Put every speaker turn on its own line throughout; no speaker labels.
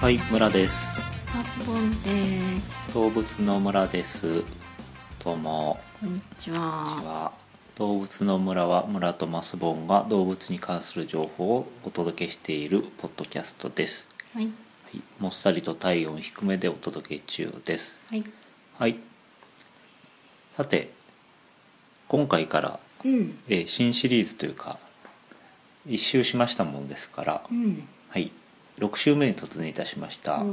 はい、村です。
パズボンです。
動物の村です。どうも。
こんに
こんにち
ちは。
は動物の村は村とマスボンが動物に関する情報をお届けしているポッドキャストです。
はい。
はい、もっさりと体温低めでお届け中です。
はい。
はい。さて、今回から、
うん。
えー新シリーズというか、一周しましたもんですから、
うん。
はい、6週目に突入いたしました。
お
は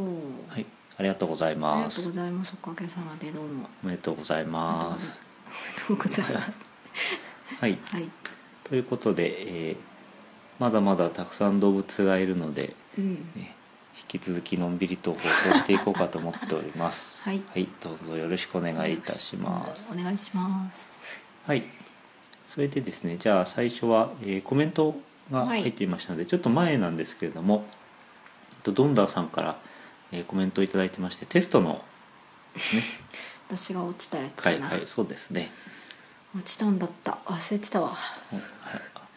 お。
い、ありがとうござい
あり
ま
がとう
す
ご。ざいます。おかげさまでどうも。
おめでとうございます。
ありがとうございます。
はい、
はい。
ということで、えーまだまだたくさん動物がいるので、
うん。
ね引き続きのんびりと放送していこうかと思っておりま す。
はい
どうぞよろしくお願いいたします
お。願いします。
はい、それでですね、じゃあ最初は、えーコメントが入っていましたので、ちょっと前なんですけれども、えっとドンダーさんから、えーコメントをいただいてまして、テストの
私が落ちたやつ
は
か
い
な。
はいそうですね。
落ちたんだった。忘れてたわ。
はい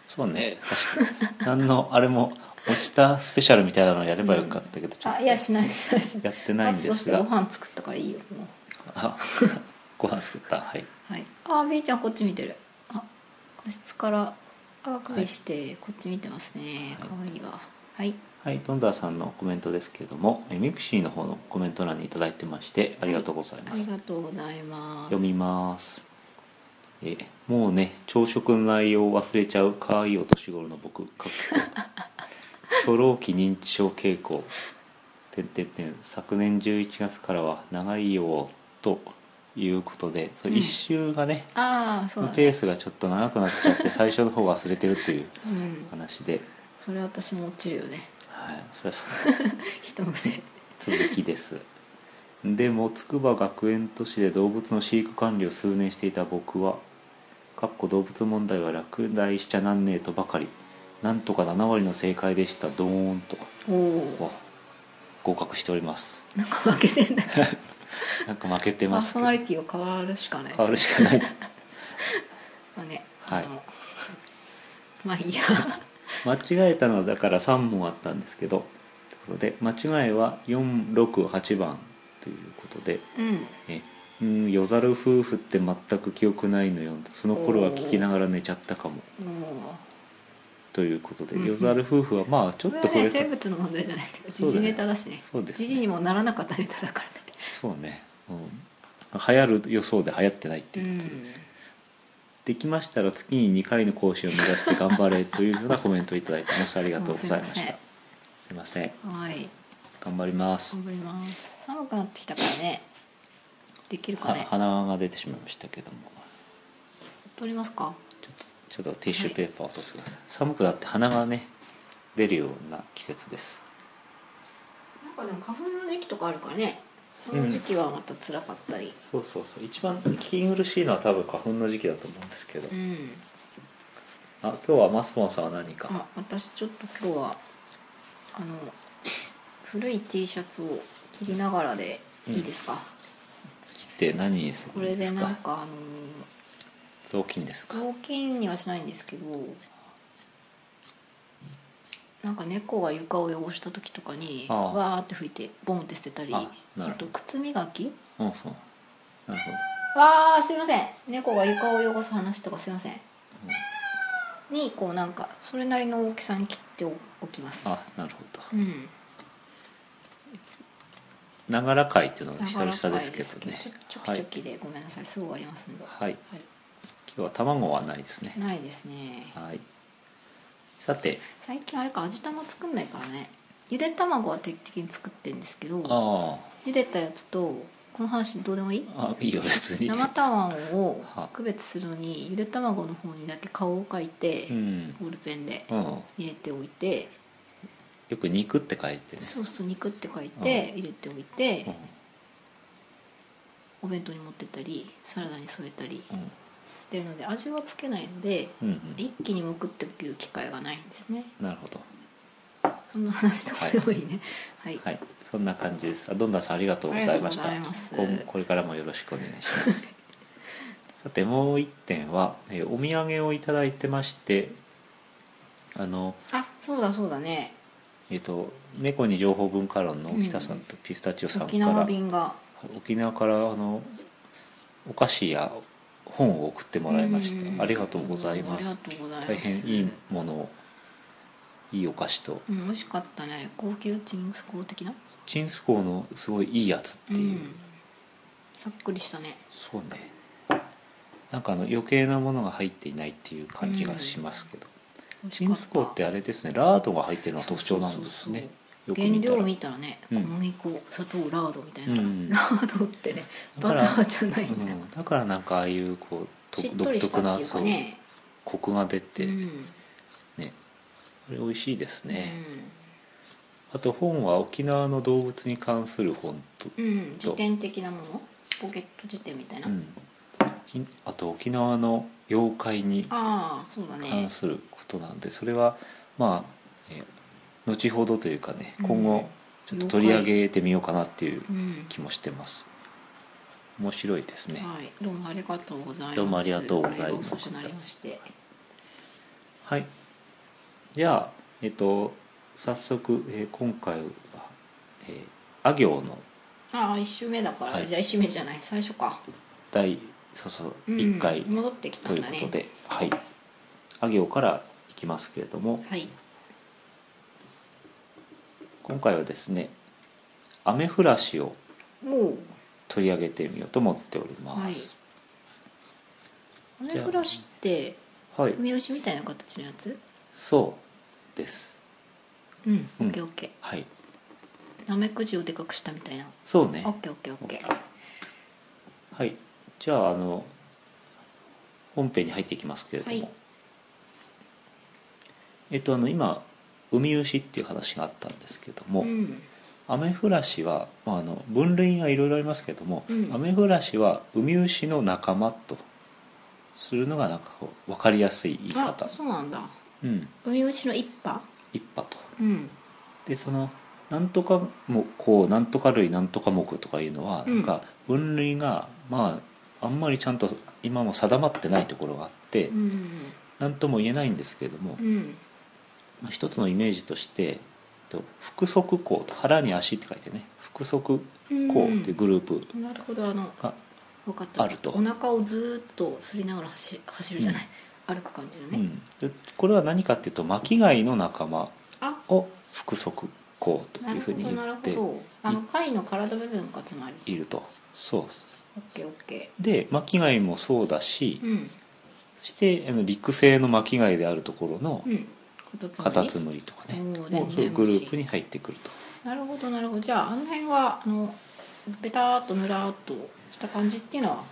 そうね確かに何のあれも落ちたスペシャルみたいなのやればよかったけど、ちょっ
あ、
と
いや、しない、しない、し
や
ない。
ってないんで
まずそし
す
てご
が
飯作ったからいいよ。もう
あご飯作ったはい
はい。あ、みーちゃん、こっち見てる。あ。個室から。あくびして、こっち見てますね。
はい
可愛いわ。はい。
はいトンダーさんのコメントですけれどもえミクシーの方のコメント欄に頂いただいてましてありがとうござい
あ
ま
り
す、
がとうございます。
読みますえもうね朝食の内容を忘れちゃう可愛いお年頃の僕 かっこ初老期認知症傾向てんてんてん昨年11月からは長いよということでそう
うん
一周がね、
ああ、そうだ
ペー
ね。
スがちょっと長くなっちゃって最初の方忘れてるという
うん。
話で、
それ私も落ちるよね。
はい、それは
人のせい。
続きですでも筑波学園都市で動物の飼育管理を数年していた僕は「かっこ動物問題は落第しちゃなんねえ」とばかりなんとか7割の正解でしたドーンと
おお。
わ合格しております
なんか負けてんだけど。
なんか負けて
パー
ます
ソ
けど
ナリティを変わるしかない。
変わるしかない
まあね。
はい
あの。まあい いや。
間違えたのはだから3問あったんですけどということで間違いは468番ということで
うん。
えうん、よざる夫婦って全く記憶ないのよその頃は聞きながら寝ちゃったかも
も
ということで
うんうん
よざる夫婦はまあちょ
う。
っ
これ
と触
はね、
れた
生物の問題じゃないんだけど。
そう
時
だね
事ネタだしね。
そうですね
時事にもならなかったネタだからね。
そうね、うん、流行る予想で流行ってないって
う
いうやつ、
ん。
できましたら月に2回の講師を目指して頑張れというようなコメントをいただいてますありがとうございました
も
すいません
はい。
頑張ります
頑張ります。寒くなってきたからね。できるか
は
ね。
鼻が出てしまいましたけども
取りますか。
ちょっとちょっとティッシュペーパーを取ってください、寒くなって鼻がね出るような季節です
なんかでも花粉の時期とかあるからねその時期はまた辛かったり
そうそうそう一番息苦しいのは多分花粉の時期だと思うんですけど、
うん、
あ今日はマスポンさんは何か、
あ私ちょっと今日はあの古い T シャツを着りながらでいいですか、
切って何にす
こ
る
れ
んで
ですなん
か
かあの
雑巾ですか
雑巾にはしないんですけどなんか猫が床を汚した時とかに
ああ
わーって拭いてボンって捨てたり
あなる
あ
ほど
と靴磨き
うんうんなるほ
わあすいません猫が床を汚す話とかすいません、にこうなんかそれなりの大きさに切っておきます
どあなるほど
うん
ながら会っていうのが久
長らかい
々ですけどね
ちょちょきちょきで、ごめんなさいすぐ終わりますんで、は
はい今日は卵はないですね
い、ないですね
はいさて
最近あれか味玉作んないからねゆで卵は定期的に作ってるんですけど
あ
ゆでたやつとこの話どうでもいい
ああいいよ別に
生卵を
は
区別するのにゆで卵の方にだけ顔を描いて、
うん、
ボールペンで
うん、
入れておいて
よく肉って書いてね
そうそう肉って書いて入れておいて、
うん
お弁当に持ってったりサラダに添えたり
うん
してるので味はつけないので
うんうん
一気にむくっていう機会がないんですね
なるほど
そんな話とかでもいいねはい、
はい、そんな感じです。あ、どんだんさんありがとうございました。
ありがとうございます
こんこれからもよろしくお願いし ます。さてもう一点は、えーお土産をいただいてまして、あの
あそうだそうだね
えっと猫に情報文化論の北さんとピスタチオさんか
沖
ら、
縄便が
沖縄からあのお菓子や本を送ってもらいました、
うん
ありがとうございま
あ
す
りがとうございます
大変いいものをいいお菓子と
うん、美味しかったねあれ高級チンスコー的な
チンスコーのすごいいいやつっていう、
ん、さっくりしたね
そうねなんかあの余計なものが入っていないっていう感じがしますけど、
美味
チ
しか
ン
った
スコーってあれですねラードが入ってるのが特徴なんですね
そうそうそう
よく
原
見た
料
ら
見たらね
う
小
ん
麦粉砂糖ラードみたいな、
うん
ラードってね
だか
バ
ら
ターじゃないんだよ、
うん、だからなんかああいうこうと
しっと
独
りした
特
っ
な
ていう
そ
か
う
ね
コクが出て、
うん
ねこれ美味しいですね、あと本は沖縄の動物に関する本と、
うん、うん、辞典的なものポケット辞典みたいな、
うんきあと沖縄の妖怪に
ああそうだね
関することなんでそれはまあ、えー後ほどというかね
うん
今後ちょっと取り上げてみようかなっていう
うん
気もしてます面白いですね
はいどうもありがとうございます
どうもありがとうございました
遅くなりまして
はいじゃあえっと早速、えー今回は、えーあ行の
ああ一週目だから、
はい
じゃあ一週目じゃない最初か、
第そうそう
うん
1回
戻ってきた
と
ん
いう
だ
こ
ね
とで、はいあ行からいきますけれども
はい
今回はですね雨降らしを
おう
取り上げてみようと思っております
雨
じゃあ
降らしって
はい、
梅干しみたいな形のやつ
そうです
うんオ
うん
ッケーオッケ
はい
ーなめくじをでかくしたみたいな
そう
オ
ね
ッケーオッケーオッケー
はいじゃああの本編に入っていきますけれども、
はい
えっとあの今「ウミウシ」っていう話があったんですけども、
うん
アメフラシは、まあ、あの分類がいろいろありますけれども、
うん
アメフラシはウミウシの仲間とするのがなんかこう分かりやすい言い
あ
方、
そうなんだ
うん、
梅干しの一派
一派と
うん
でそのなんとかもこうなんとか類なんとか目とかいうのは、
うん
なんか分類がまああんまりちゃんと今も定まってないところがあって、
うん
なんとも言えないんですけれども
う、ん
まあ一つのイメージとしてえっと腹足孔と腹に足って書いてね腹足孔っていうグループ
なるほどあの
が
分かった
あると
お腹をずーっとすりながら走走るじゃない、歩く感じの
う
ね、
ん、でこれは何かっていうと巻貝の仲間
あ
を腹側孔と
な
いう
る
ふ
ほ
うに
ど
言
なる
っ
ほ
て
どあの貝の体部分かつまり
いるとそ
オッケーオッケ
うで巻貝もそうだし、
ーうん
そしてあの陸製の巻貝であるところの
うんカタツム
カ
リ
タツムリとかね、
おー
もうそういう
でも
グループに入ってくると
なるほどなるほどじゃああの辺はあのベターっとぬらーっとした感じっていうのは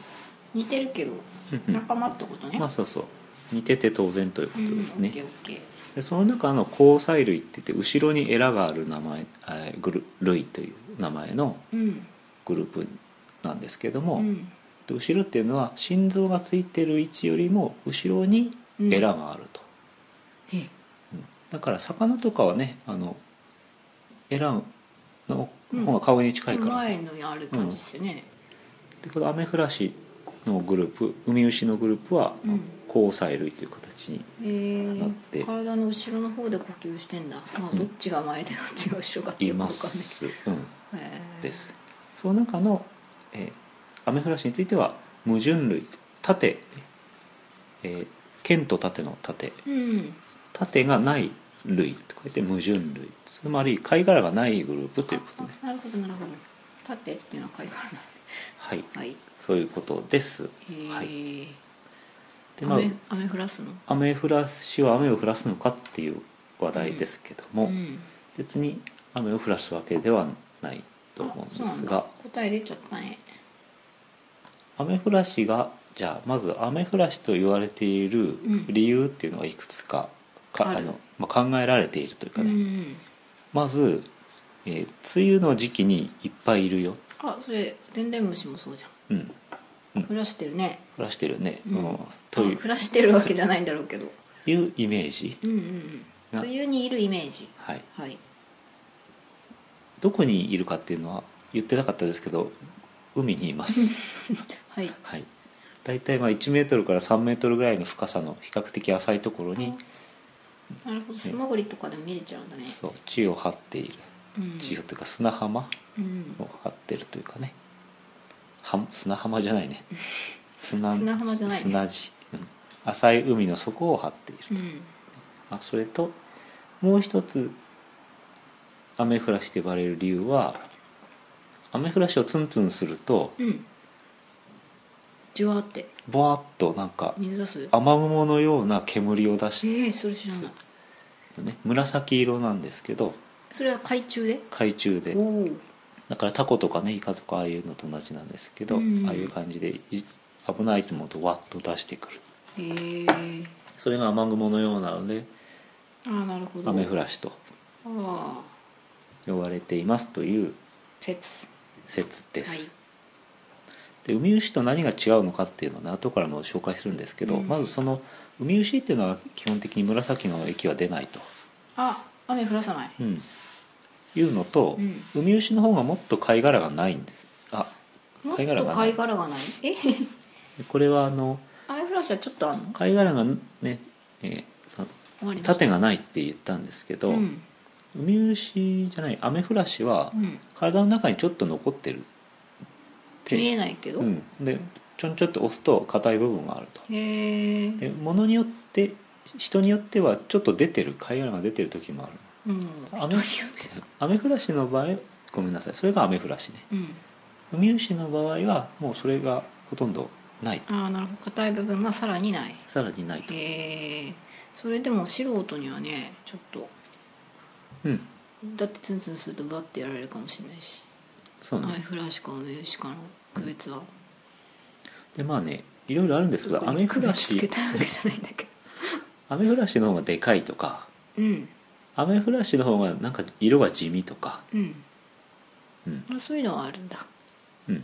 似てるけど
うんうん
仲間ってことね、
まあそうそう似てて当然というこ
うん
と
オ
ですね、
ッケーオッケー
でその中の交際類って言って後ろにエラがある名前えーグル類という名前の
うん
グループなんですけども、
うん
で後ろっていうのは心臓がついてる位置よりも後ろにエラがあると、
え
うんだから魚とかはねあのエラの
うん
方が顔に近いからさ、
前のにある感じですよね、
でこのアメフラシのグループウミウシのグループは
うん
交際類という形に
えー
だって
体の後ろの方で呼吸してんだ、ま
う
あ、
ん
どっちが前でどっちが後ろかって
い
よくわ
ま
かんない
す、うん、
けどへー
ですその中の、えーアメフラシについては矛盾類縦、えー剣と盾の盾
うん
縦がない類と書いて矛盾類つまり貝殻がないグループということね
あなるほどなるほど縦っていうのは貝殻なんだ
はい
はい
そういうことです
えー
はいでまあ
雨雨降らすの
雨降らしは雨を降らすのかっていう話題ですけども、
うん
別に雨を降らすわけではないと思うん
あ
で
そう
す
なんだ
が
答え出ちゃったね
雨降らしがじゃあまず雨降らしと言われている
ん
理由っていうのがいくつかか
ある
あの、まあ、考えられているという
う
かね、
ん
まず、えー梅雨の時期にいっぱいいるよ、
あそれでんでん虫もそうじゃん
うん、
降らしてるね
降らしてるよね、
うん
うんという
あ降らしてるわけじゃないんだろうけど
いうイメージ、
うんうんうん
な
梅雨にいるイメージ
はい、
はい
どこにいるかっていうのは言ってなかったですけど海にいます、
はい
はい、大体まあ1メートルから3メートルぐらいの深さの比較的浅いところに
なるほど素潜りとかでも見れちゃうんだね
そう地を張っている
うん
地をというか砂浜
うん
を張ってるというかねは砂浜じゃないね砂
砂浜じゃないね
砂地、うん浅い海の底を張っている、
うん
あそれともう一つ雨降らしてバレる理由は雨降らしをツンツンすると
うんじゅわーって
ボワッとなんか
水出す
雨雲のような煙を出して
ええそれ知らない
ね、紫色なんですけど
それは海中で
海中で
おお
だからタコとかねイカとかああいうのと同じなんですけど、
うん
ああいう感じでい危ないと思うとワッと出してくる
へえ
それが雨雲のようなので
ああなるほど
雨降らしと
ああ
呼ばれていますという
説
説です、
はい
でウミウシと何が違うのかっていうのは、ね、後からも紹介するんですけど、
うん
まずそのウミウシっていうのは基本的に紫の液は出ないと、
あ雨降らさない
うんいうのと、
うん
ウミウシの方がもっと貝殻がないんですあ
もっ
貝殻
と
がない
貝殻がないえ
これはあの
雨降らしはちょっとあんの
貝殻がね、えーその
終わりました
縦がないって言ったんですけど、
うん
ウミウシじゃないアメフラシは
うん
体の中にちょっと残ってるって
見えないけど、
うん、でちょんちょんって押すと硬い部分があると
へえ
で物によって人によってはちょっと出てる貝殻が出てる時もある
うん
アメアメフラシの場合ごめんなさいそれがアメフラシね
うん
ウミウシの場合はもうそれがほとんどない
ああなるほど硬い部分がさらにない
さらにないと、
へえそれでも素人にはねちょっと
うん
だってツンツンするとバッてやられるかもしれないし
そうね、
アイフラーしか梅しかの区別は、
でまあねいろいろあるんですけどア
特
メ
に
フ
区
ラ
別つけ
シ
たいわけじゃないんだけど
アメフラシの方がでかいとか
うん
アメフラシの方がなんか色が地味とか、
うん
うん、
まあそういうのはあるんだ
うん
へ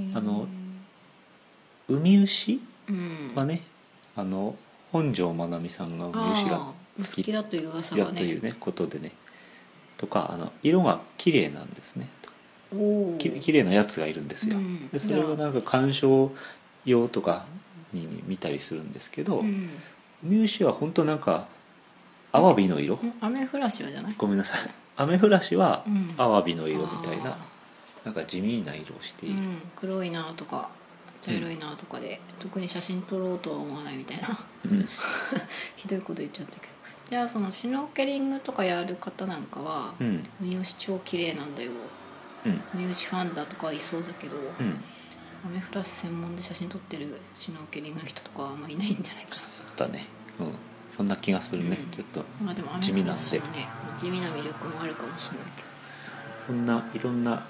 え
あのウミウシ
うん
はねあの本上まなみさんがウミウシが
ああお
好
好
き
き
だ
だという噂がね
というねことでねとかあの色が綺麗なんですね
おお
き綺麗なやつがいるんですよ、
うん
でそれをなんか鑑賞用とかにに見たりするんですけど、
うん
ウミウシは本当なんかアワビの色、
んアメフラシはじゃない
ごめんなさいアメフラシは
うん
アワビの色みたいな、
あ
なんか地味な色をしてい
ーう
る、
ん黒いなとか茶色いなとかで、特に写真撮ろうとは思わないみたいな
うん
ひどいこと言っちゃったけどじゃあそのシュノーケリングとかやる方なんかは
う、ん
ウミウシ超綺麗なんだよ
うん
ウミウシファンだとかはいそうだけど、
うん
アメフラシ専門で写真撮ってるシュノーケリングの人とかはあんまいないんじゃないか
そうだねうんそんな気がするね、
うん
ちょっと
なまあでもアメフラシはね地味な魅力もあるかもしれないけど
そんないろんな、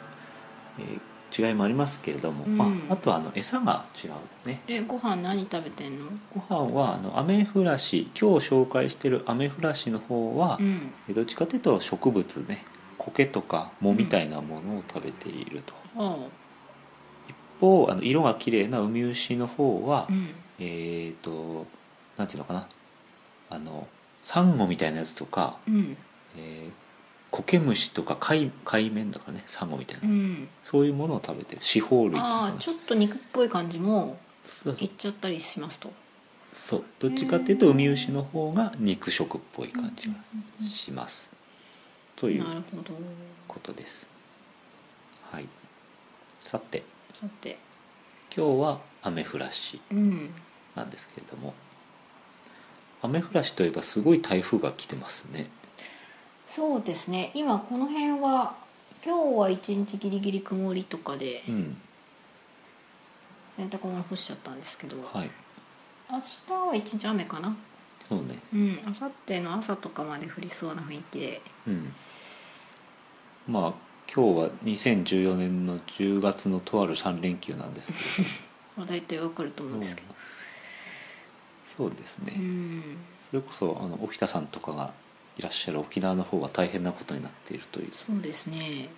えー違いもありますけれども、
うん
ああとはあの餌が違うね
えご飯何食べてんの
ご飯はあのアメフラシ今日紹介してるアメフラシの方は
う、ん
えどっちかというと植物ね苔とか藻みたいなものを食べていると、
あ
一方あの色が綺麗なウミウシの方は、
あうん
えっ、となんていうのかなあのサンゴみたいなやつとか、
うん
えーコケムシとか海海面だからねサンゴみたいな、
うん
そういうものを食べてる四方類っていうのか
あ
な
あちょっと肉っぽい感じも
そうそ
いうっちゃったりしますと
そうどっちかっていうとウミウシの方が肉食っぽい感じがします、という
なるほど
ことですはいさて
さて
今日はアメフラシ
うん
なんですけれどもアメフラシといえばすごい台風が来てますね
そうですね今この辺は今日は一日ギリギリ曇りとかで
うん
洗濯物干しちゃったんですけど、
はい
明日は一日雨かな
そうね
うん明後日の朝とかまで降りそうな雰囲気で
うんまあ今日は2014年の10月のとある3連休なんですけれ
まあ大体わかると
ど
思う
も
んですけど
そうですね、
うん
それこそあの沖田さんとかがいらっしゃる沖縄の方は大変なことになっているという
そうですね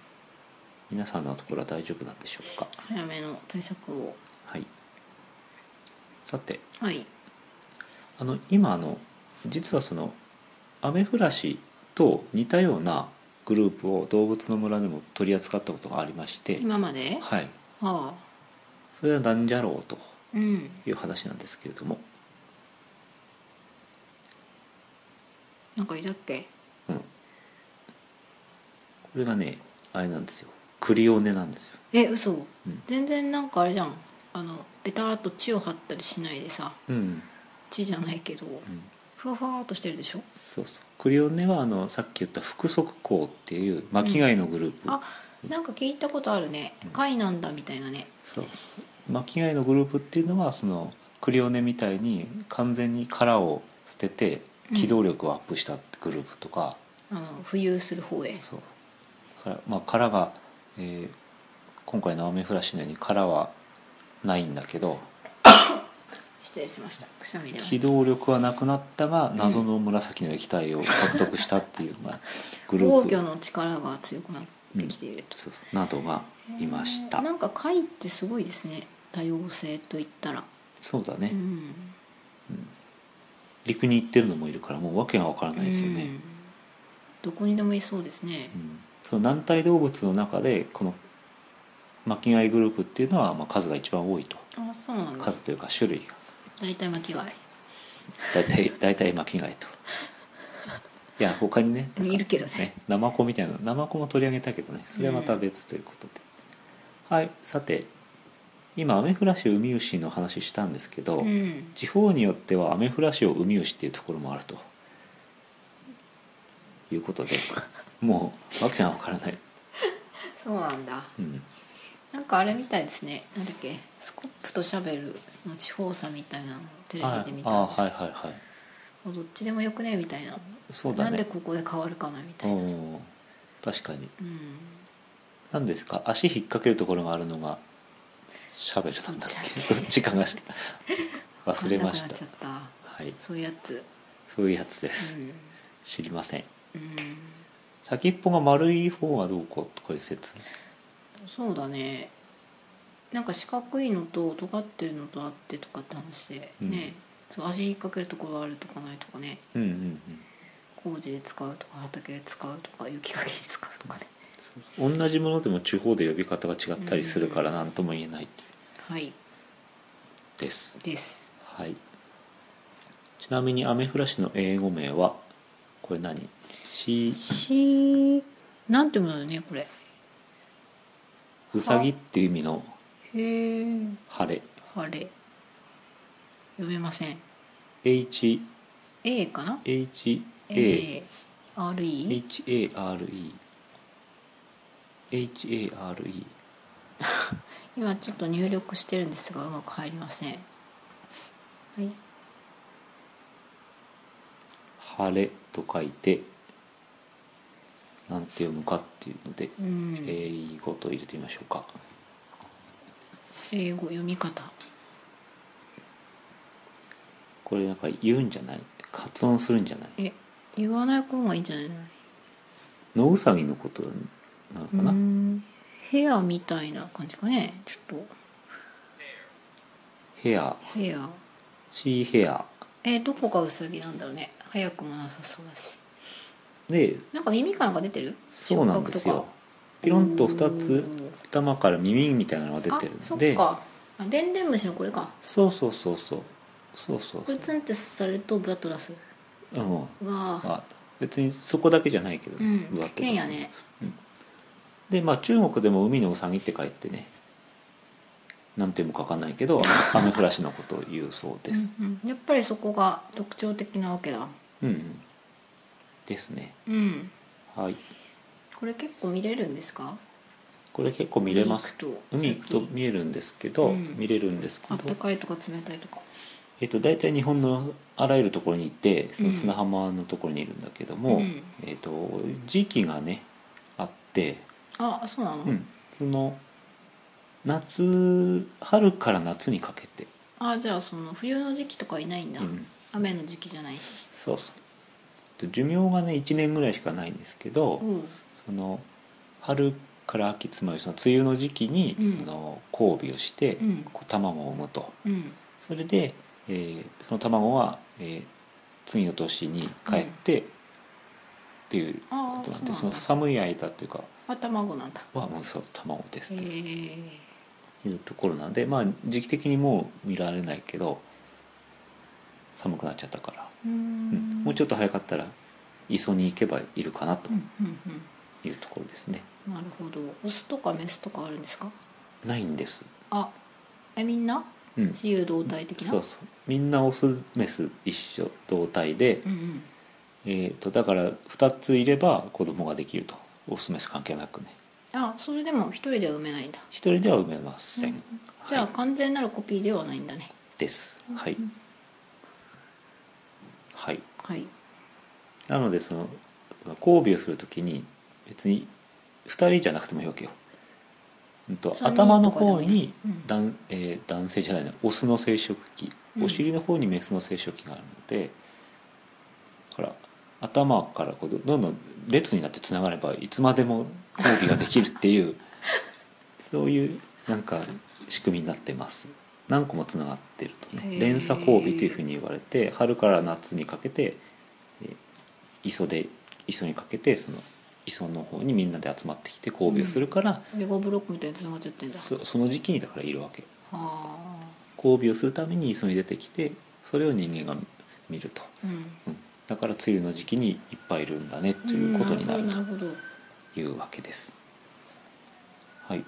皆さんのところは大丈夫なんでしょうか
早めの対策を
はいさて
はい
あの今あの実はそのアメフラシと似たようなグループを動物の村でも取り扱ったことがありまして
今まで
はい
ああ
それはなんじゃろうと
うん
いう話なんですけれども
なんかいたっけ
うんこれがねあれなんですよクリオネなんですよ
え嘘、
うん
全然なんかあれじゃんあのベターっと血を張ったりしないでさ
うん、
血じゃないけど、
うん、
ふわふわっとしてるでしょ
そうそうクリオネはあのさっき言った腹側孔っていう巻き貝のグループ、
あなんか聞いたことあるね
うん
貝なんだみたいなね
そう巻き貝のグループっていうのはそのクリオネみたいに完全に殻を捨てて
うん
機動力をアップしたグループとか、
あの浮遊する方へ
そうからまあ殻が、えー今回のアメフラシのように殻はないんだけど
失礼しましたくしゃみ出ま
機
した
動力はなくなったが謎の紫の液体を獲得したっていう、まあ、グルー
防
プ
御の力が強くなってきていると、
そうそうなどがいました
なんか貝ってすごいですね多様性といったら
そうだね、
うん
陸に行ってるのもいるからもう訳が分からないですよね、
うんどこにでもいそうですね
うんその軟体動物の中でこの巻き貝グループっていうのはまあ数が一番多いと
あそうなんだ
数というか種類が
大体巻き貝
大体大体巻き貝 といや他にねなんか
いるけどね
ねナマコみたいなナマコも取り上げたけどねそれはまた別ということで、はいさて今アメフラシウミウシの話したんですけど、
うん
地方によってはアメフラシをウミウシっていうところもあるということでもうわけが分からない、
そうなんだ
うん、
なんかあれみたいですねなんだっけスコップとシャベルの地方差みたいなのをテレビで見たんですけど、
はいあはいはいはい
もうどっちでもよくねみたいな、
そうだ
なんで
ね
ここで変わるかなみた
う
いな、うん
ん確かに何ですか足引っ掛けるところがあるのがシャベルなんだっけどっちかがし忘れまし
わかんなくな
た
っちゃった
はい
そういうやつ
そういうやつです、
うん、
知りません
うん、
先っぽが丸い方がどうこうとかいう説
そうだねなんか四角いのと尖ってるのとあってとかって話で
うん
ね、そう足引っ掛けるところがあるとかないとかね
うんうんうん
工事で使うとか畑で使うとか雪かきに使うとかね
同じものでも地方で呼び方が違ったりするから何とも言えない
はい
です、
です
はいちなみにアメフラシの英語名はこれ何 ?C
しなんていうのだよねこれ
ウサギっていう意味の
へえ
晴れ
晴れ読めません
H
A かな
H A
A R E
H A R E H A R E
今ちょっと入力してるんですがうまく入りませんはい
晴れと書いてなんて読むかっていうので
うん
英語と入れてみましょうか
英語読み方
これなんか言うんじゃない発音するんじゃない
え言わない方がいいんじゃないの
野ウサギのことなのか
う
な
んヘアみたいな感じかねちょっ
ヘア
とヘア
シーヘア
えどこがウサギなんだろうね早くもなさそうだし
で
なんか耳かなんか出てる
そうなんです
触
よ
覚か
ピロンと2
う
つ
ん
頭から耳みたいなのが出てる
あそ
ん
っ
で
かあでんでん虫のこれか
そうそうそうそうそうそう
これツンってされるとブラッドラス
うん
うわあ
まあ、別にそこだけじゃないけど
う
ね、
ん
ぶわ
危
っとで
険
す
やね
でまあ中国でも「海のうさぎ」って書いてねなんていうかわかんないけ どアメフラシのことを言うそうです
うんうんやっぱりそこが特徴的なわけだ
うんうんですね
うん
はい
これ結構見れるんですか
これ結構見れます海行くと
最近
見えるんですけど、
うん
見れるんですけ
あった
ど、
かいとか冷たいとか
えっと、大体日本のあらゆるところにいてその
うん
砂浜のところにいるんだけども、
うん
えっと、時期がねあって
あそうなの、
うん、その夏春から夏にかけて、
あじゃあその冬の時期とかいないんだ、
うん、
雨の時期じゃないし
そうそうと寿命がね1年ぐらいしかないんですけど、
うん
その春から秋つまりその梅雨の時期に
うん
その交尾をして、
うん
こう卵を産むと
うん
それで、えーその卵は、えー次の年に帰って、っていう
あ
こと
あ
なんで
そ
そうの
なんだ
寒い間っていうか
あ卵なんだ
はもうそう卵です
へ
と
え
いうところなんで、まあ時期的にもう見られないけど寒くなっちゃったから、
う
うん
ん
もうちょ
っ
っと早かったら磯に行けばいるかなと
うんうんう
いうところですね、
んなるほどオスとかメスとかあるんですか
ないんです、
あえみんな
うん、
自由動体的な
そうそうみんなオスメス一緒同体で、
うんうん
えー、とだから2ついれば子供ができるとオスメス関係なくね
あそれでも一人では産めないんだ
1人では産めません、
うんじゃあ
はい
完全なるコピーではないんだね
ですはい
うん
はい
はい
なのでその交尾をするときに別に2人じゃなくてもいいわけよ、うん、と
三人
頭の
とかでも
方
いい
に
うん
男,、えー男性じゃないなオスの生殖器
うん
お尻の方にメスの生殖器があるので、だから頭からこうどどんどん列になってつながればいつまでも交尾ができるっていうそういうなんか仕組みになってます何個もつながってると
へ
ね
ー
連鎖交尾というふうに言われて春から夏にかけてえー磯で磯にかけてその磯の方にみんなで集まってきて交尾をするから、
レゴブロックみたいに繋がっちゃってんだ
そその時期にだからいるわけ
は
交尾をするために磯に出てきてそれを人間が見ると、
あうん
うんだから梅雨の時期にいっぱいいるんだねということになる
うんなるほどなる
というわけです、はい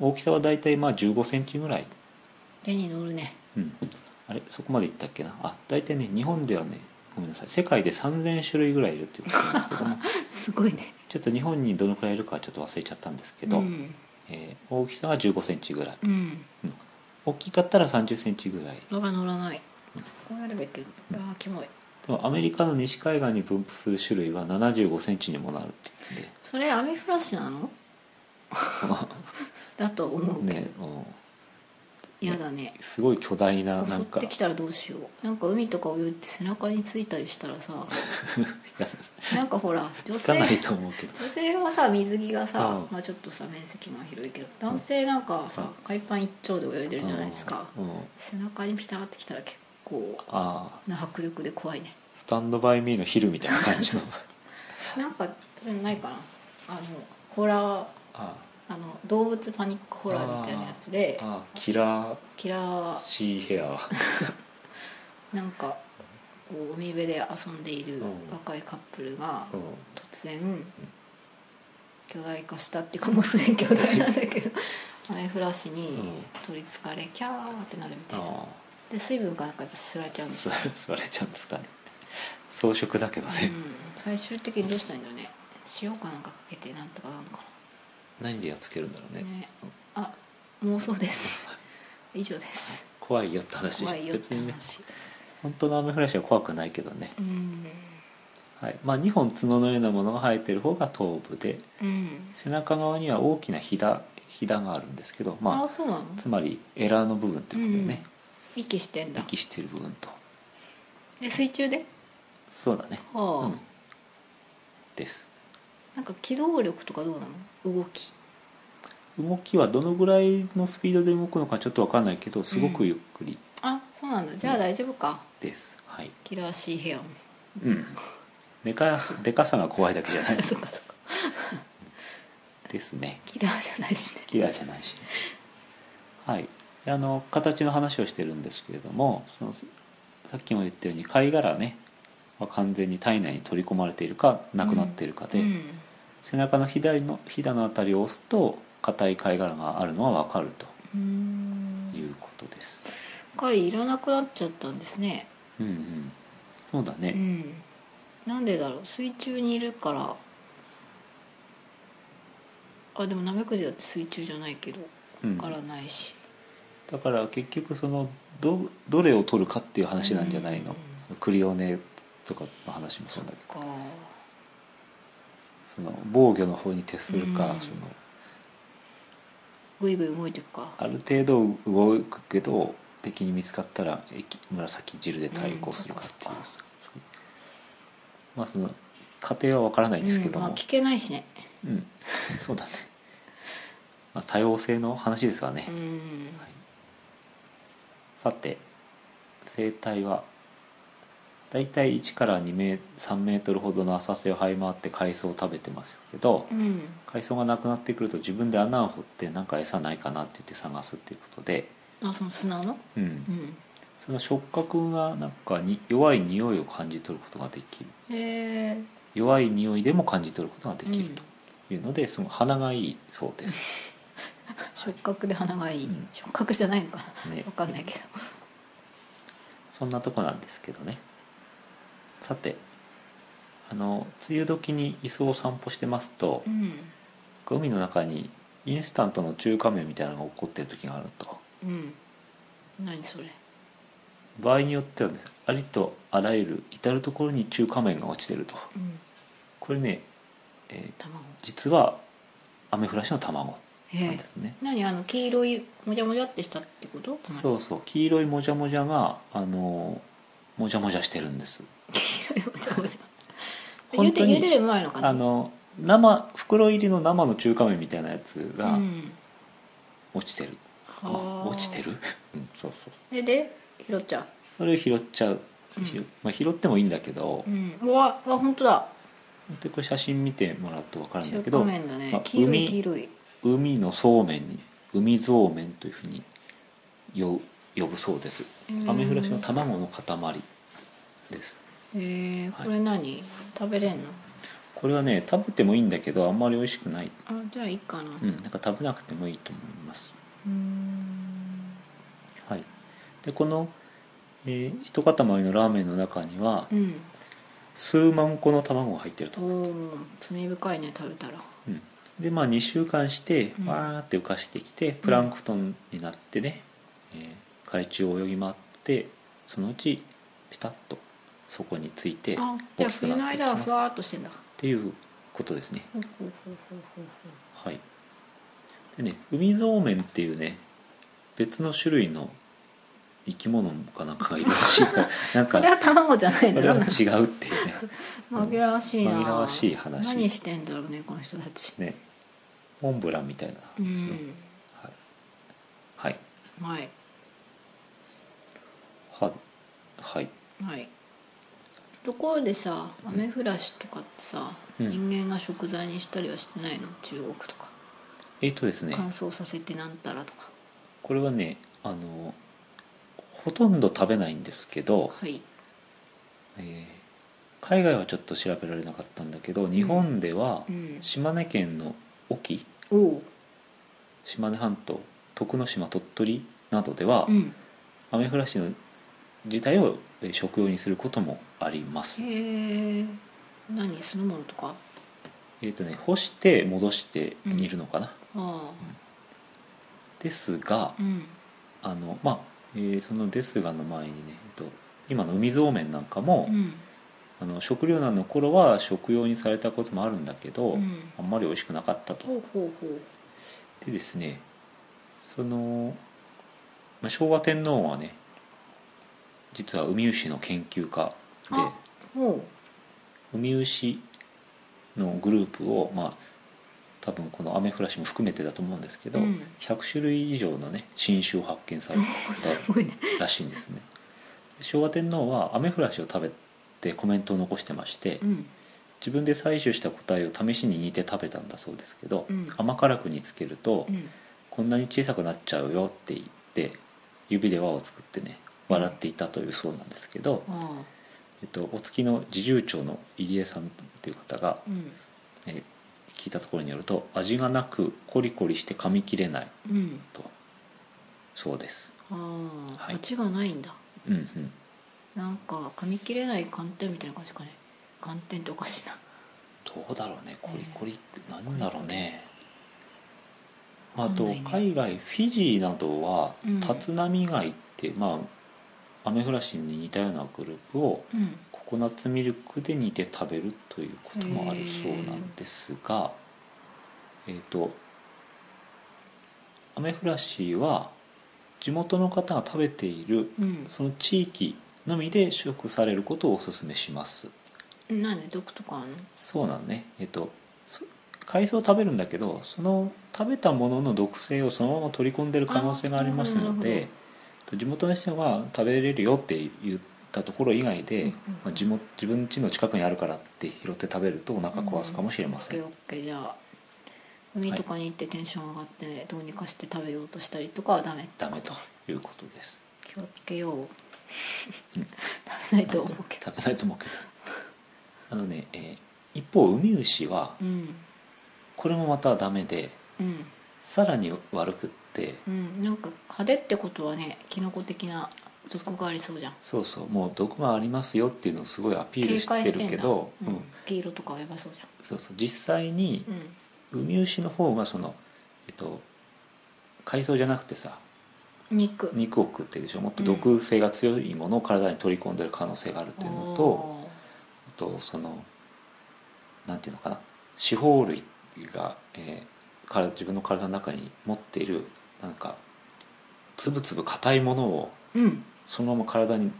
大きさはだいたいまあ1 5センチぐらい、
ほど手に乗るね
うん、あれそこまでいったっけなあ大体ね日本ではねごめんなさい世界で3000種類ぐらいいるっていうことなん ですけども
すごいね
ちょっと日本にどのくらいいるかはちょっと忘れちゃったんですけど、
うん
えー大きさは1 5センチぐらい、
うん
うん、大きかったら3 0センチぐらい
乗ら乗らないこうやればいいけどああキモい
でもアメリカの西海岸に分布する種類は7 5センチにもなるって言って
それアミフラシ なのだと思うけど、
ね、うん
やだね
すごい巨大なな
襲
ん
っ
か
てきたらどうしようなんか海とか泳いで背中についたりしたら さなんかほら女
つかない
性
と思うけど
女性はさ水着がさ、
うん
まあ、ちょっとさ面積が広いけど男性なんかは
う
さ
ん
海パン一丁で泳いでるじゃないですか、
うんうん
背中にピタってきたら結構
ああ
な迫力で怖いね
スタンドバイミーのヒルみたいな感じの
なんかそれないかなあのホラー
あ
あの動物パニックホラーみたいなやつ
あ
で
ああキラー
キラー
シーヘア
なんかこう海辺で遊んでいる
うん
若いカップルが
うん
突然巨大化したっていうかもうすでに巨大なんだ けどアイフラシ
う
に
ん
取りつかれキャーってなるみたいな
あ
で水分がなんかやっぱ吸われちゃうん
あ
で
そそれ ちゃうんですかね装飾だけど
う
ね、
ん、最終的にどうしたらいいんだろうね塩かなんかかけてなんとかなのか
何でやっつけるんだろう
な
ね
ねあ妄想です以上です
怖いよって話
怖いよっ
別
て
にね
話、
本当のアメフラシは怖くないけどね
うん
はいまあ、2本角のようなものが生えてる方が頭部で
うん
背中側には大きなひだひだがあるんですけど、
あ
ま
そうなの
あ、つまりエラーの部分ってことでね、
息してんだ
息してる部分と
で水中で
そうだね、
はあ、
うん、です
なんか機動力とかどうなの動き
動きはどのぐらいのスピードで動くのかちょっと分かんないけどすごくゆっくり
あそうなんだじゃあ大丈夫か、
です、はい
キラーシーヘアも
うんでかさでかさが怖いだけじゃない
そっかそっか
ですね
キラーじゃないしね
キラーじゃないし、ね、はいであの形の話をしてるんですけれどもそのさっきも言ったように貝殻ねは完全に体内に取り込まれているかなくなっているかで、
うん
背中の左のひだのあたりを押すと硬い貝殻があるのが分かる
うー
とい
ん
うことです
貝いらなくなっちゃったんですね
うんうんそうだね、
うんなんでだろう水中にいるからあでもナメクジだって水中じゃないけど
うん
わからないし、
だから結局そのどどれを取るかっていう話なんじゃないの,、
うん
そのクリオネとかの話もそうだけど
か
その防御の方に徹するか、
うん
その
ぐいぐい動いていくか
ある程度動くけど敵に見つかったら液紫汁で対抗するかっていう、
うんそっかそ
まあその過程は分からないですけど
うん
も、
まあ、聞けないしね
うんそうだね、まあ、多様性の話ですわね、
うん
さて生態はだいたい1から2メ3メートルほどの浅瀬を這い回って海藻を食べてますけど
うん
海藻がなくなってくると自分で穴を掘ってなんか餌ないかなって言って探すっていうことで、
あその砂の
うん
う、ん
その触覚がなんかに弱い匂いを感じ取ることができる
へえ
弱い匂いでも感じ取ることができるというので、その鼻がいいそうです、
触覚で鼻がいい、
うん
触覚じゃないのかな
ね
分、かんないけど
そんなとこなんですけどねさてあの梅雨時に磯を散歩してますと
うん
海の中にインスタントの中華麺みたいなのが起こってる時があると
うん何それ
場合によってはですねありとあらゆる至る所に中華麺が落ちてると
うん
これね、えー
卵
実はアメフラシの卵
へ
なん
え
ですね、
何あの黄色いもじゃもじゃってしたってことう
そうそう黄色いもじゃもじゃがあのーもじゃもじゃしてるんです
黄色いもじゃもじゃ茹
本
で
当に
茹でる前の感じ
あの生袋入りの生の中華麺みたいなやつが
うん、
落ちてる、
はあ
落ちてる、うん、そうそうそう
えで拾っちゃ
それを拾っちゃう、
うん
拾まあ、拾ってもいいんだけど、
ううんうわうわ本当だ
でこれ写真見てもらうと分かるんだ
中
け
華
ど
麺だね
まあ
黄色い
海
黄色い
海のそうめんに海そうめんというふうに呼呼ぶそうですアメフラシの卵の塊です
えー、
はい
これ何、食べれんの
これはね食べてもいいんだけどあんまり美味しくない
あじゃあいいかな
うんなんか食べなくてもいいと思います
うん
はいでこの、えー一塊のラーメンの中には
うん
数万個の卵が入ってる
お
と、
お罪深いね食べたら
うん、でまあ2週間して
うん
わーって浮かしてきてプランクトンになってね、えー海中を泳ぎ回ってそのうちピタッとそこについて
あじ
大
ゃあ
きく
冬の
なっていき
間は
ます
ふ
っ
わーっとしてんだ
ていうことですね
ほうほうほうほうほうほう
はいでね海ゾウメンっていうね別の種類の生き物かなんかがいるら しいからなん
こ
か
れは卵じゃない
こ
の
れ
よ
は
なんか
違うっていうね
紛らわしいな
紛らわしい話
何してんだろうねこの人たち
ねモンブランみたいな
う
ですね、
ん
はい、はい
はい
ははい
はいところでさアメフラシとかってさ、
うん
人間が食材にしたりはしてないの中国とか、
えっ、とですね
乾燥させてなんたらとか
これはねあのほとんど食べないんですけど、
はい
えー海外はちょっと調べられなかったんだけど日本では
うん
島根県の隠岐
おう
島根半島徳之島鳥取などでは、
うん
アメフラシの自体をえー食用にすることもあります
へえ何酢の物とか
えっ、とね干して戻して煮るのかな、
あ
ですが
あうん
あのまあ、えーその「ですが」の前にね、えっと、今の海そうめんなんかも、
うん
あの食糧難の頃は食用にされたこともあるんだけど、
うん
あんまり美味しくなかったと
ほうほうほう
でですねその、まあ、昭和天皇はね実は海牛の研究家で
あほ
海牛のグループをまあ多分このアメフラシも含めてだと思うんですけど、
うん
100種類以上のね新種を発見され
う すごいね
たらしいんです ね昭和天皇はアメフラシを食べてコメントを残してまして、
うん
自分で採取した個体を試しに煮て食べたんだそうですけど、
うん
甘辛く煮つけると、
うん
こんなに小さくなっちゃうよって言って指で輪を作ってね笑っていたというそうなんですけど、
ああ
えっと、お月の侍従長の入江さんという方が、
うん
えー聞いたところによると味がなくコリコリして噛み切れない
うん
とそうです
ああ、
はい
価値がないんだ
うんうん
なんか噛み切れない寒天みたいな感じかね寒天っておかしいな
どうだろうねコリコリなんだろうねあ
わかん
と
ないね
海外フィジーなどは
うん
立浪貝ってまあアメフラシに似たようなグループを
うん
ココナッツミルクで煮て食べるということもあるそうなんですがえっ、とアメフラシは地元の方が食べている
うん
その地域のみで食されることをお勧めします
なんで毒とかあんの
そうなのねえっとそ海藻を食べるんだけどその食べたものの毒性をそのまま取り込んでる可能性がありますの
あーなる
で地元の人が食べれるよって言ったところ以外で、
うんうん
まあ、地元自分家の近くにあるからって拾って食べるとお腹壊すかもしれません、
うんオッケーオッケーじゃあ海とかに行ってテンション上がってどうにかして食べようとしたりとかはダメって
ダメ
こと
いうことです
気をつけよう 食べないと思うけど
食べないと思うけどあのね、えー一方ウミウシは
うん
これもまたダメで
うん
さらに悪くって
うんなんか派手ってことはねキノコ的な毒がありそうじゃん
そうそうもう毒がありますよっていうのをすごいアピール
警
し
戒
て
してん
る
だ
けど、
う
うんん
黄色とかはやばそうじゃ
そうそう実際に
んうん
ウミウシの方がそのえっと海藻じゃなくてさ
肉
肉を食ってるでしょもっと毒性が強いものを体に取り込んでる可能性があるっていうのと、あとそのなんていうのかな四方類が、えーから自分の体の中に持っているなんかつぶつぶ硬いものを
おーうん
そのまま体に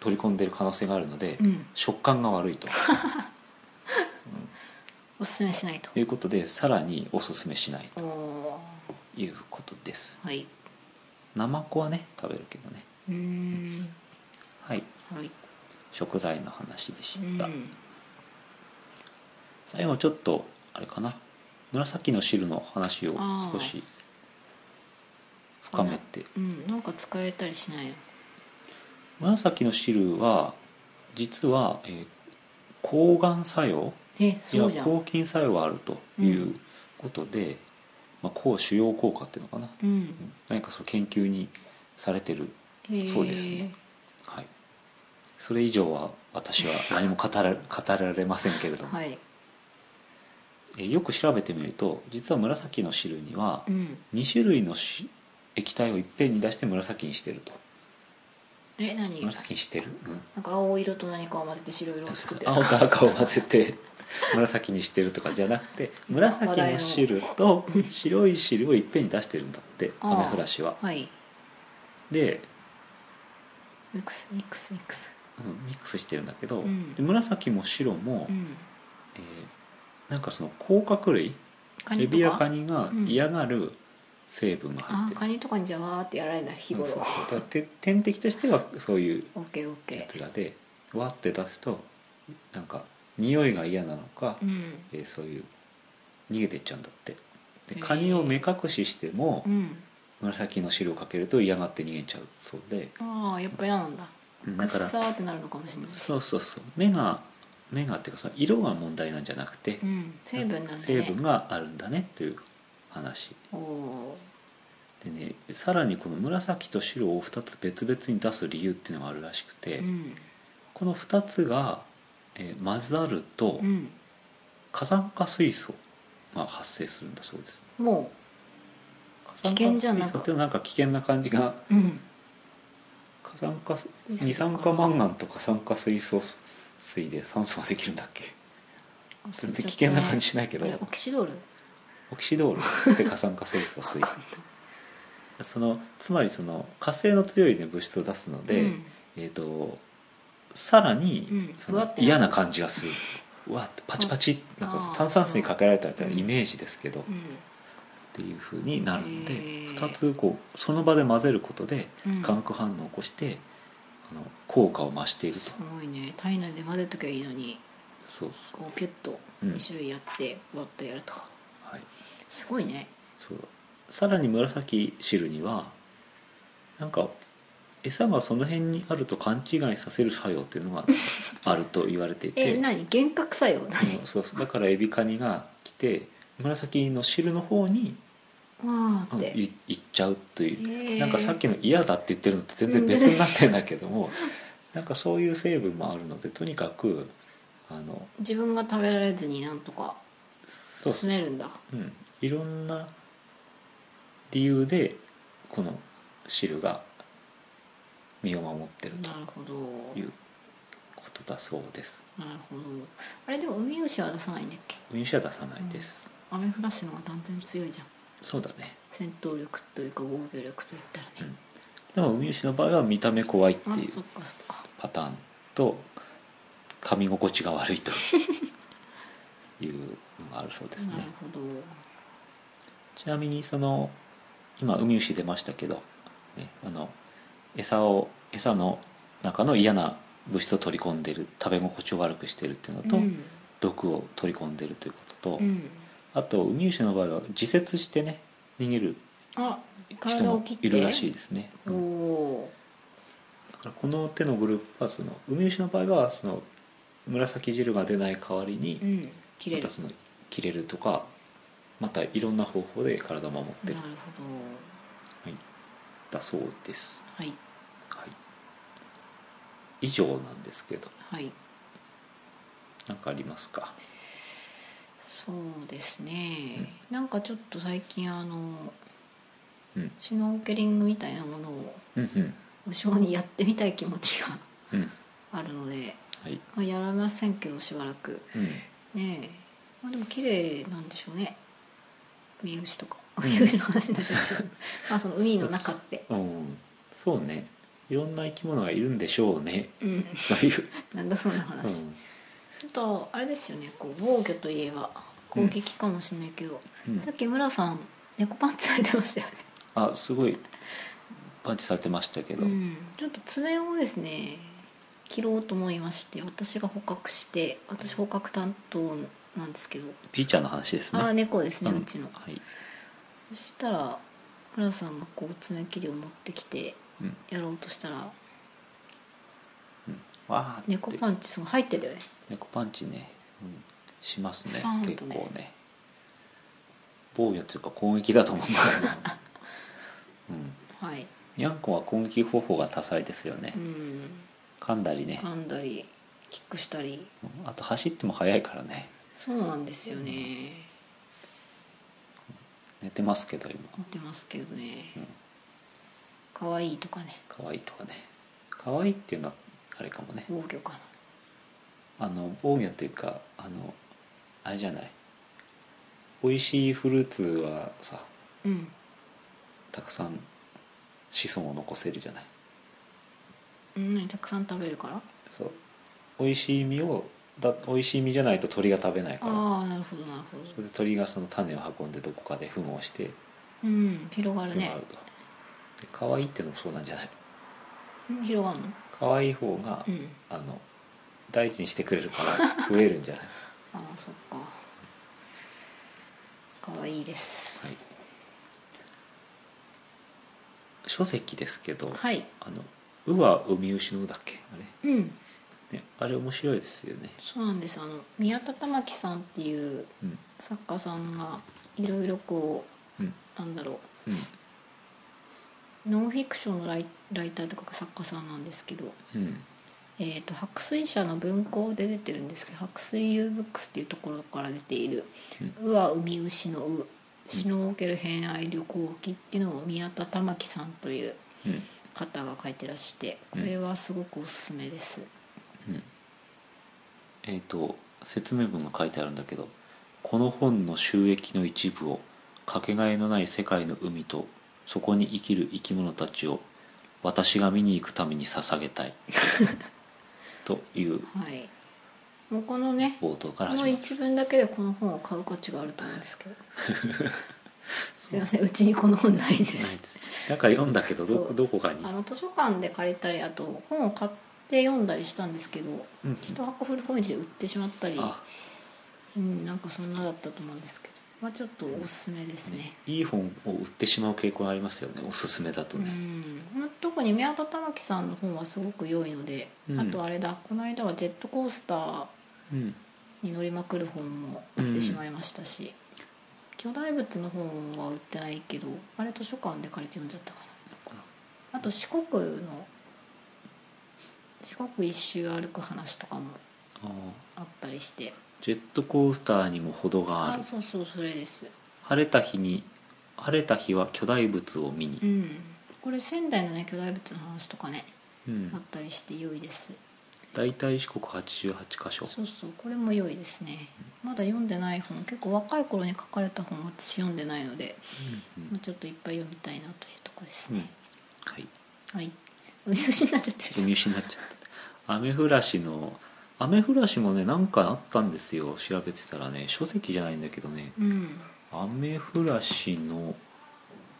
取り込んでる可能性があるので、
うん
食感が悪いと
おすすめしないと
いうことでさらにおすすめしない
おお
ということです
ーはい
ナマコはね食べるけどね
うーん
はい
はい
食材の話で
う
した、
ん
最後ちょっとあれかな紫の汁の話を
あー
少し深めて
うんなんか使えたりしないの
紫の汁は実は、えー抗がん作用
えそう
い
じ
や
ゃん
抗菌作用があるというんうことで、まあ、抗腫瘍効果っていうのかな、
うん
何かそう研究にされてる
へえ
そうですねはいそれ以上は私は何も語ら語られま せんけれども、
はい
えーよく調べてみると実は紫の汁には
うん
2種類のし液体をいっぺんに出して紫にしてると
え何な
紫にしてる、うん
んか青色と何かを混ぜて白色を作ってる
青と赤を混ぜて 紫にしてるとかじゃなくて紫の汁と白い汁をいっぺんに出してるんだって
あ
ア
あ
メフラシは
はい
で、
ミックスミックスミックス
うんミックスしてるんだけど、
うん
で紫も白も、
うん
えーなんかその甲殻類
カ
エ
ニと
ビや
か
カニが
うん
嫌がる成分が入
あ
っ
ー
てる、
カニとかにじゃわーってやられない日
うん
頃
そうそうだからて天敵としてはそういう
オッケーオッ
や
ケ
つらでわって出すとなんか匂いが嫌なのか、
ーうん
えーそういう逃げてっちゃうんだってで
へー
カニを目隠ししても
うん
紫の汁をかけると嫌がって逃げちゃうそうで
ああやっぱ嫌なんだ
うん
くっ
だから
さーってなるのかもしれないし
そうそうそう目が目がっていうかその色が問題なんじゃなくて、
うん成分なんだね
成分があるんだねという話
おお
でねさらにこの紫と白を2つ別々に出す理由っていうのがあるらしくて、
ーうん
この2つが、えー混ざると
うん
火山化水素が発生するんだそうです
も
火
危
山化
険じゃな
水
く
素っていうのはなんか危険な感じが
ううん
火山化水
水素
二酸化マンガンと火酸化水素水で酸素ができるんだっけ全然危険な感じしないけど
これオキシドール
オキシドールって火酸化水素水
わかんない
そのつまりその火性の強い、ね、物質を出すので、
うん
えー、とさらに
うん
そ
ぶわ
の
ってなる
嫌な感じが するうわってパチパチなんか
あー
炭酸水かけられたみたいなイメージですけど、っ
うん
ていうふうになるので
へー
2つこうその場で混ぜることで
うん
化学反応を起こして、あの効果を増していると
すごいね体内で混ぜときゃいいのに
そうそう
こうピュッと
うん
2種類やってバッとやると、
はい
すごいね
そうさらに紫汁にはなんか餌がその辺にあると勘違いさせる作用っていうのがあると言われていて
え何幻覚作用何
うんそうそうだからエビカニが来て紫の汁の方に、
わ
う
ー
ん、
って、
い行っちゃうという、
えー
なんかさっきの「嫌だ」って言ってるのと全然別になってるんだけどもなんかそういう成分もあるのでとにかくあの
自分が食べられずになんとか
そうそう
進めるんだ
うん、いろんな理由でこの汁が身を守ってる
なるほど
ということだそうです
なるほどあれでもウミウシは出さないんだっけ
ウミウシは出さないです、
アメフラシの方が断然強いじゃん
そうだね
戦闘力というか防御力といったらね、
でもウミウシの場合は見た目怖いってい
あ
う
そっかそっか
パターンと噛み心地が悪いというのがあるそうです
なる
ね
ほど
ちなみにその今ウミウシ出ましたけど、ね、あの餌を餌の中の嫌な物質を取り込んでる食べ心地を悪くしてるっていうのと、
うん
毒を取り込んでるということと、
うん、
あとウミウシの場合は自節してね逃げる
あ
人
体を
も
切って
いるらしいですね、
お
うん
お
からこの手のグループはそのウミウシの場合はその紫汁が出ない代わりに
うん切れ
ま
る
たその切れるとかまたいろんな方法で体を守って
な
る
るほど
はい、だそうです、
はい
はい、以上なんですけど
はい
何かありますか
そうですね、なんかちょっと最近あの
うん
シュノーケリングみたいなものを
うんうん
無性にやってみたい気持ちが
うん
あるので、
はい
まあ、やられませんけどしばらく
うん
ねえ、まあ、でも綺麗なんでしょうね海牛とか海牛の話になっちゃう けどまあその海の中って
うん、そうねいろんな生き物がいるんでしょうね
うん
という、
なんだそうな
う
話、
ん
あとあれですよねこう防御といえば攻撃かもしれないけど、
うん
さっき村さん猫パンツされてましたよね、
あすごいパンチされてましたけど、
うん、ちょっと爪をですね切ろうと思いまして私が捕獲して私捕獲担当なんですけど、
ピーちゃんの話ですね
ああ猫ですね、
う
うんちの
はい、
そしたら村さんがこう爪切りを持ってきて
うん
やろうとしたら
うん、わーって
猫パンチすごい入ってたよね
猫パンチね、うん、しますね
スパーン
結
と
構
ね
ね防御というか攻撃だと 思うんだけど、うん、
はい
にゃんこは攻撃方法が多彩ですよね
うん
噛んだりね
噛んだりキックしたり
うんあと走っても速いからね
そうなんですよね
寝てますけど今
持ってますけどね
うん
可愛いとかね
可愛いとかね可愛いっていうのはあれかもね
防御かな
あの防御というかあのあれじゃない美味しいフルーツはさ
うん
たくさん子孫を残せるじゃない
うん何たくさん食べるから
そう美味しい実をだ美味しい実じゃないと鳥が食べないから
ああなるほどなるほ
そ
ど
れで鳥がその種を運んでどこかで糞をして
うん広がる
広
ね
がると、で可愛いってのもそうなんじゃない
うん広がるの
可愛い方が、
うん
あの大事にしてくれるから増えるん じゃない、
ああそっか可愛いです
はい、書籍ですけど、
はい
あの「う」は海牛の「う」だっけあれ,、
うん
ね、あれ面白いですよね、
そうなんですあの宮田玉樹さんっていう
うん
作家さんがいろいろこ
うん
うなんだろ
うん
うノンフィクションのライライターとか作家さんなんですけど、
うん
えー、と白水社の文庫で出てるんですけど白水 U ブックスっていうところから出ている「うは海牛のう」「シュノーケル偏愛旅行記」っていうのを宮田玉樹さんという
うん
方が書いてらしてこれはすごくおすすめです。
うんえっ、と説明文が書いてあるんだけど「この本の収益の一部をかけがえのない世界の海とそこに生きる生き物たちを私が見に行くために捧げた い」という
はい、もうこのね
冒頭から
こ
始
の
まる
一文だけでこの本を買う価値があると思うんです けどすいませんうちにこの本ないで
ない
す
ですなんか読んだけどど
そう
どこかに
あの図書館で借りたりあと本を買って読んだりしたんですけど
うん
一箱古本市で売ってしまったり、
あ
うん、なんかそんなだったと思うんですけど、まあ、ちょっとおすすめですね
ね、いい本を売ってしまう傾向がありますよねおすすめだと
うん
ね、
まあ特に宮田玉樹さんの本はすごく良いので、
うん
あとあれだこの間はジェットコースター
うん
に乗りまくる本も売ってしまいましたし、巨大物の本は売ってないけどあれ図書館で借りて読んじゃったかなあと四国の四国一周歩く話とかも
あー
あったりして
ジェットコースターにも程があ
あ
る
そうそうそれです
晴れた日に晴れた日は巨大仏を見に
う、んこれ仙台のね巨大物の話とかね
うん
あったりして良いです
大体四国88箇所
そうそうこれも良いですねまだ読んでない本結構若い頃に書かれた本私読んでないので、
うんうん
まあ、ちょっといっぱい読みたいなというとこです
う
ね
ん、はい
はい売り牛になっちゃってるじゃん
見失っちゃった雨降らしの雨降らしもねなんかあったんですよ調べてたらね書籍じゃないんだけどね
うん
「雨降らしの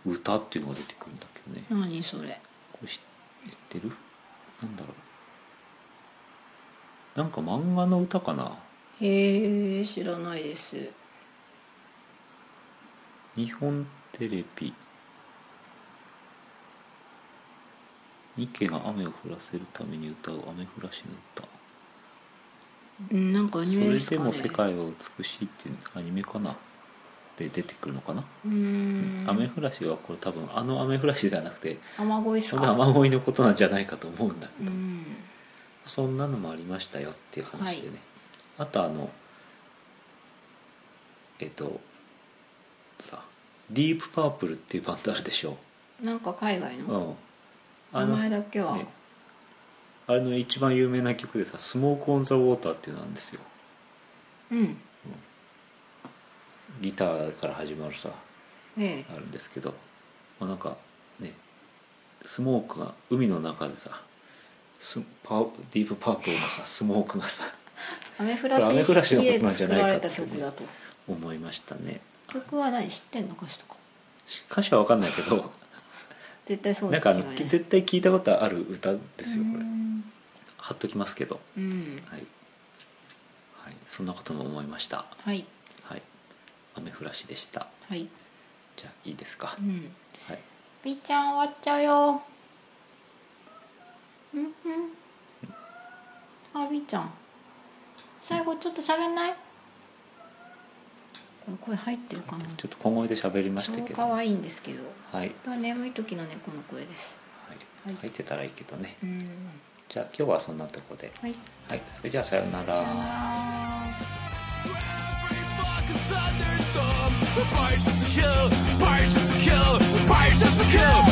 歌」っていうのが出てくるんだけどね
何それ
これ知知ってるなんだろうなんか漫画の歌かな
へえ知らないです
日本テレビニケが雨を降らせるために歌う雨降らしの歌
うんなんかアニメです
それ
か
で
ね
も世界は美しいっていうアニメかなで出てくるのかな、
うーん
雨降らしはこれ多分あの雨降らしじゃなくて
雨乞いです
その
か
雨乞いのことなんじゃないかと思うんだけ
う
ど、
ん
そんなのもありましたよっていう話でね、あとあのえっ、とさディープパープルっていうバンドあるでしょ
なんか海外
う
の
んあ
名
の
前だけは、
ねあれの一番有名な曲でさ「スモーク・オン・ザ・ウォーター」っていうのなんですよ
うん
ギターから始まるさ
ええ
あるんですけど、まあ、なんかねスモークが海の中でさスパーディープパープルのさスモークがさ
雨降らし
雨降らしのこと
式で
なんじゃない
作ら
か
れ
って
た
ね
曲だと
思いましたね
曲は何知ってんの歌詞とか
歌詞は分かんないけど
絶対そう
なんかあの絶対聞いたことある歌ですよこれ
うん
貼っときますけど
うん
はい、はい、そんなことも思いました
はい
はい雨降らしでした
はい
じゃあいいですか
う、ん
はい
ピーちゃん終わっちゃうようんうんあピーちゃん最後ちょっと喋んないこの声入ってるかな
ちょっと小声で喋りました
超
けど、
可
はい、
愛いんですけど
はい、
これは眠い時の猫の声ですはい
入ってたらいいけどね
うん
じゃあ今日はそんなとこで
はい
はいそれじゃあさような
さよう
ら
なら
thunderstorm. The fire's just a kill, fire's just a kill, the fire's just a kill.